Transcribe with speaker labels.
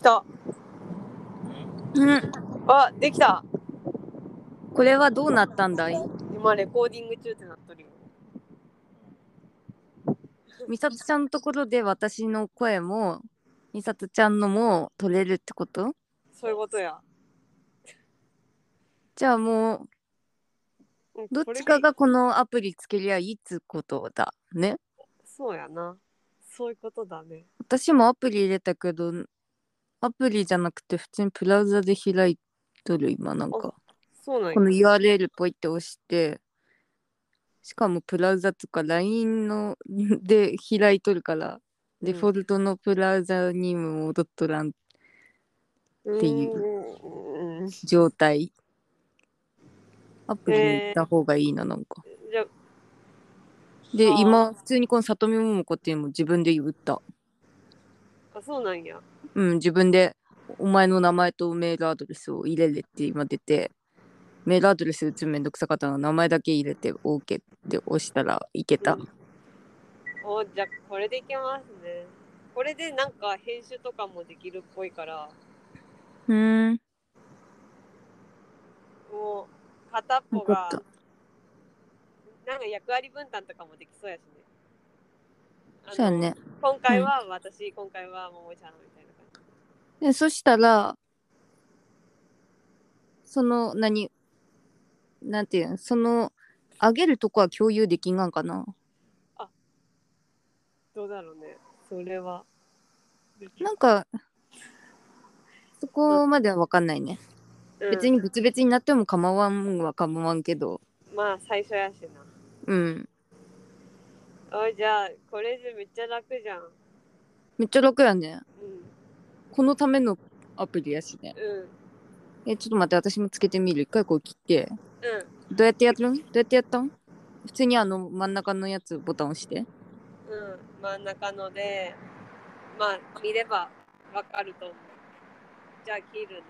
Speaker 1: た。
Speaker 2: うん。
Speaker 1: あ、できた。
Speaker 2: これはどうなったんだい
Speaker 1: 今レコーディング中ってなっとるよ。
Speaker 2: みさとちゃんのところで私の声もみさとちゃんのも取れるってこと
Speaker 1: そういうことや。
Speaker 2: じゃあもう
Speaker 1: うん
Speaker 2: どっち
Speaker 1: これ
Speaker 2: か
Speaker 1: で
Speaker 2: がこのアプリつけりゃいいっつことだね。
Speaker 1: そうやな。そういうことだね。
Speaker 2: 私もアプリ入れたけどアプリじゃなくて普通にブラウザで開いとる今なんか
Speaker 1: そうなん
Speaker 2: この
Speaker 1: や。
Speaker 2: URL ポイって押してしかもブラウザとか LINE ので開いとるからデフォルトのブラウザにも戻っとらんっていう
Speaker 1: うんうん。
Speaker 2: 状態アプリに行った方がいいななんか
Speaker 1: じゃあ
Speaker 2: で
Speaker 1: はあ
Speaker 2: 今普通にこの里見桃子っていうのも自分で言った
Speaker 1: あ、そうなんや。
Speaker 2: うん、自分でお前の名前とメールアドレスを入れれって今出て、メールアドレス打つのめんどくさかったの名前だけ入れて OK って押したらいけた。
Speaker 1: おじゃあこれでいけますね。これでなんか編集とかもできるっぽいから、
Speaker 2: うん、
Speaker 1: もう片っぽ
Speaker 2: よか
Speaker 1: が
Speaker 2: った。
Speaker 1: なんか役割分担とかもできそうやしね。あの
Speaker 2: そうや。ね。
Speaker 1: 今回は私、今回はももちゃんみたいな感じ。
Speaker 2: でそしたら、その、何、なんていうん、その、あげるとこは共有できんがんかな。
Speaker 1: どうだろうね。それは。
Speaker 2: なんか、そこまでは分かんないね。
Speaker 1: うん
Speaker 2: 別に別々になっても構わんは構わんけど、
Speaker 1: まあ最初やしな。
Speaker 2: うん。
Speaker 1: おじゃあこれでめっちゃ楽じゃん。うん。
Speaker 2: めっちゃ楽やね。このためのアプリやしね。
Speaker 1: うん。うん。
Speaker 2: え、ちょっと待って、私もつけてみる。一回こう切って。どうやってやるんどうやってやったん普通にあの真ん中のやつボタン押して。
Speaker 1: うん。真ん中ので、まあ見ればわかると思う。じゃあ切るね。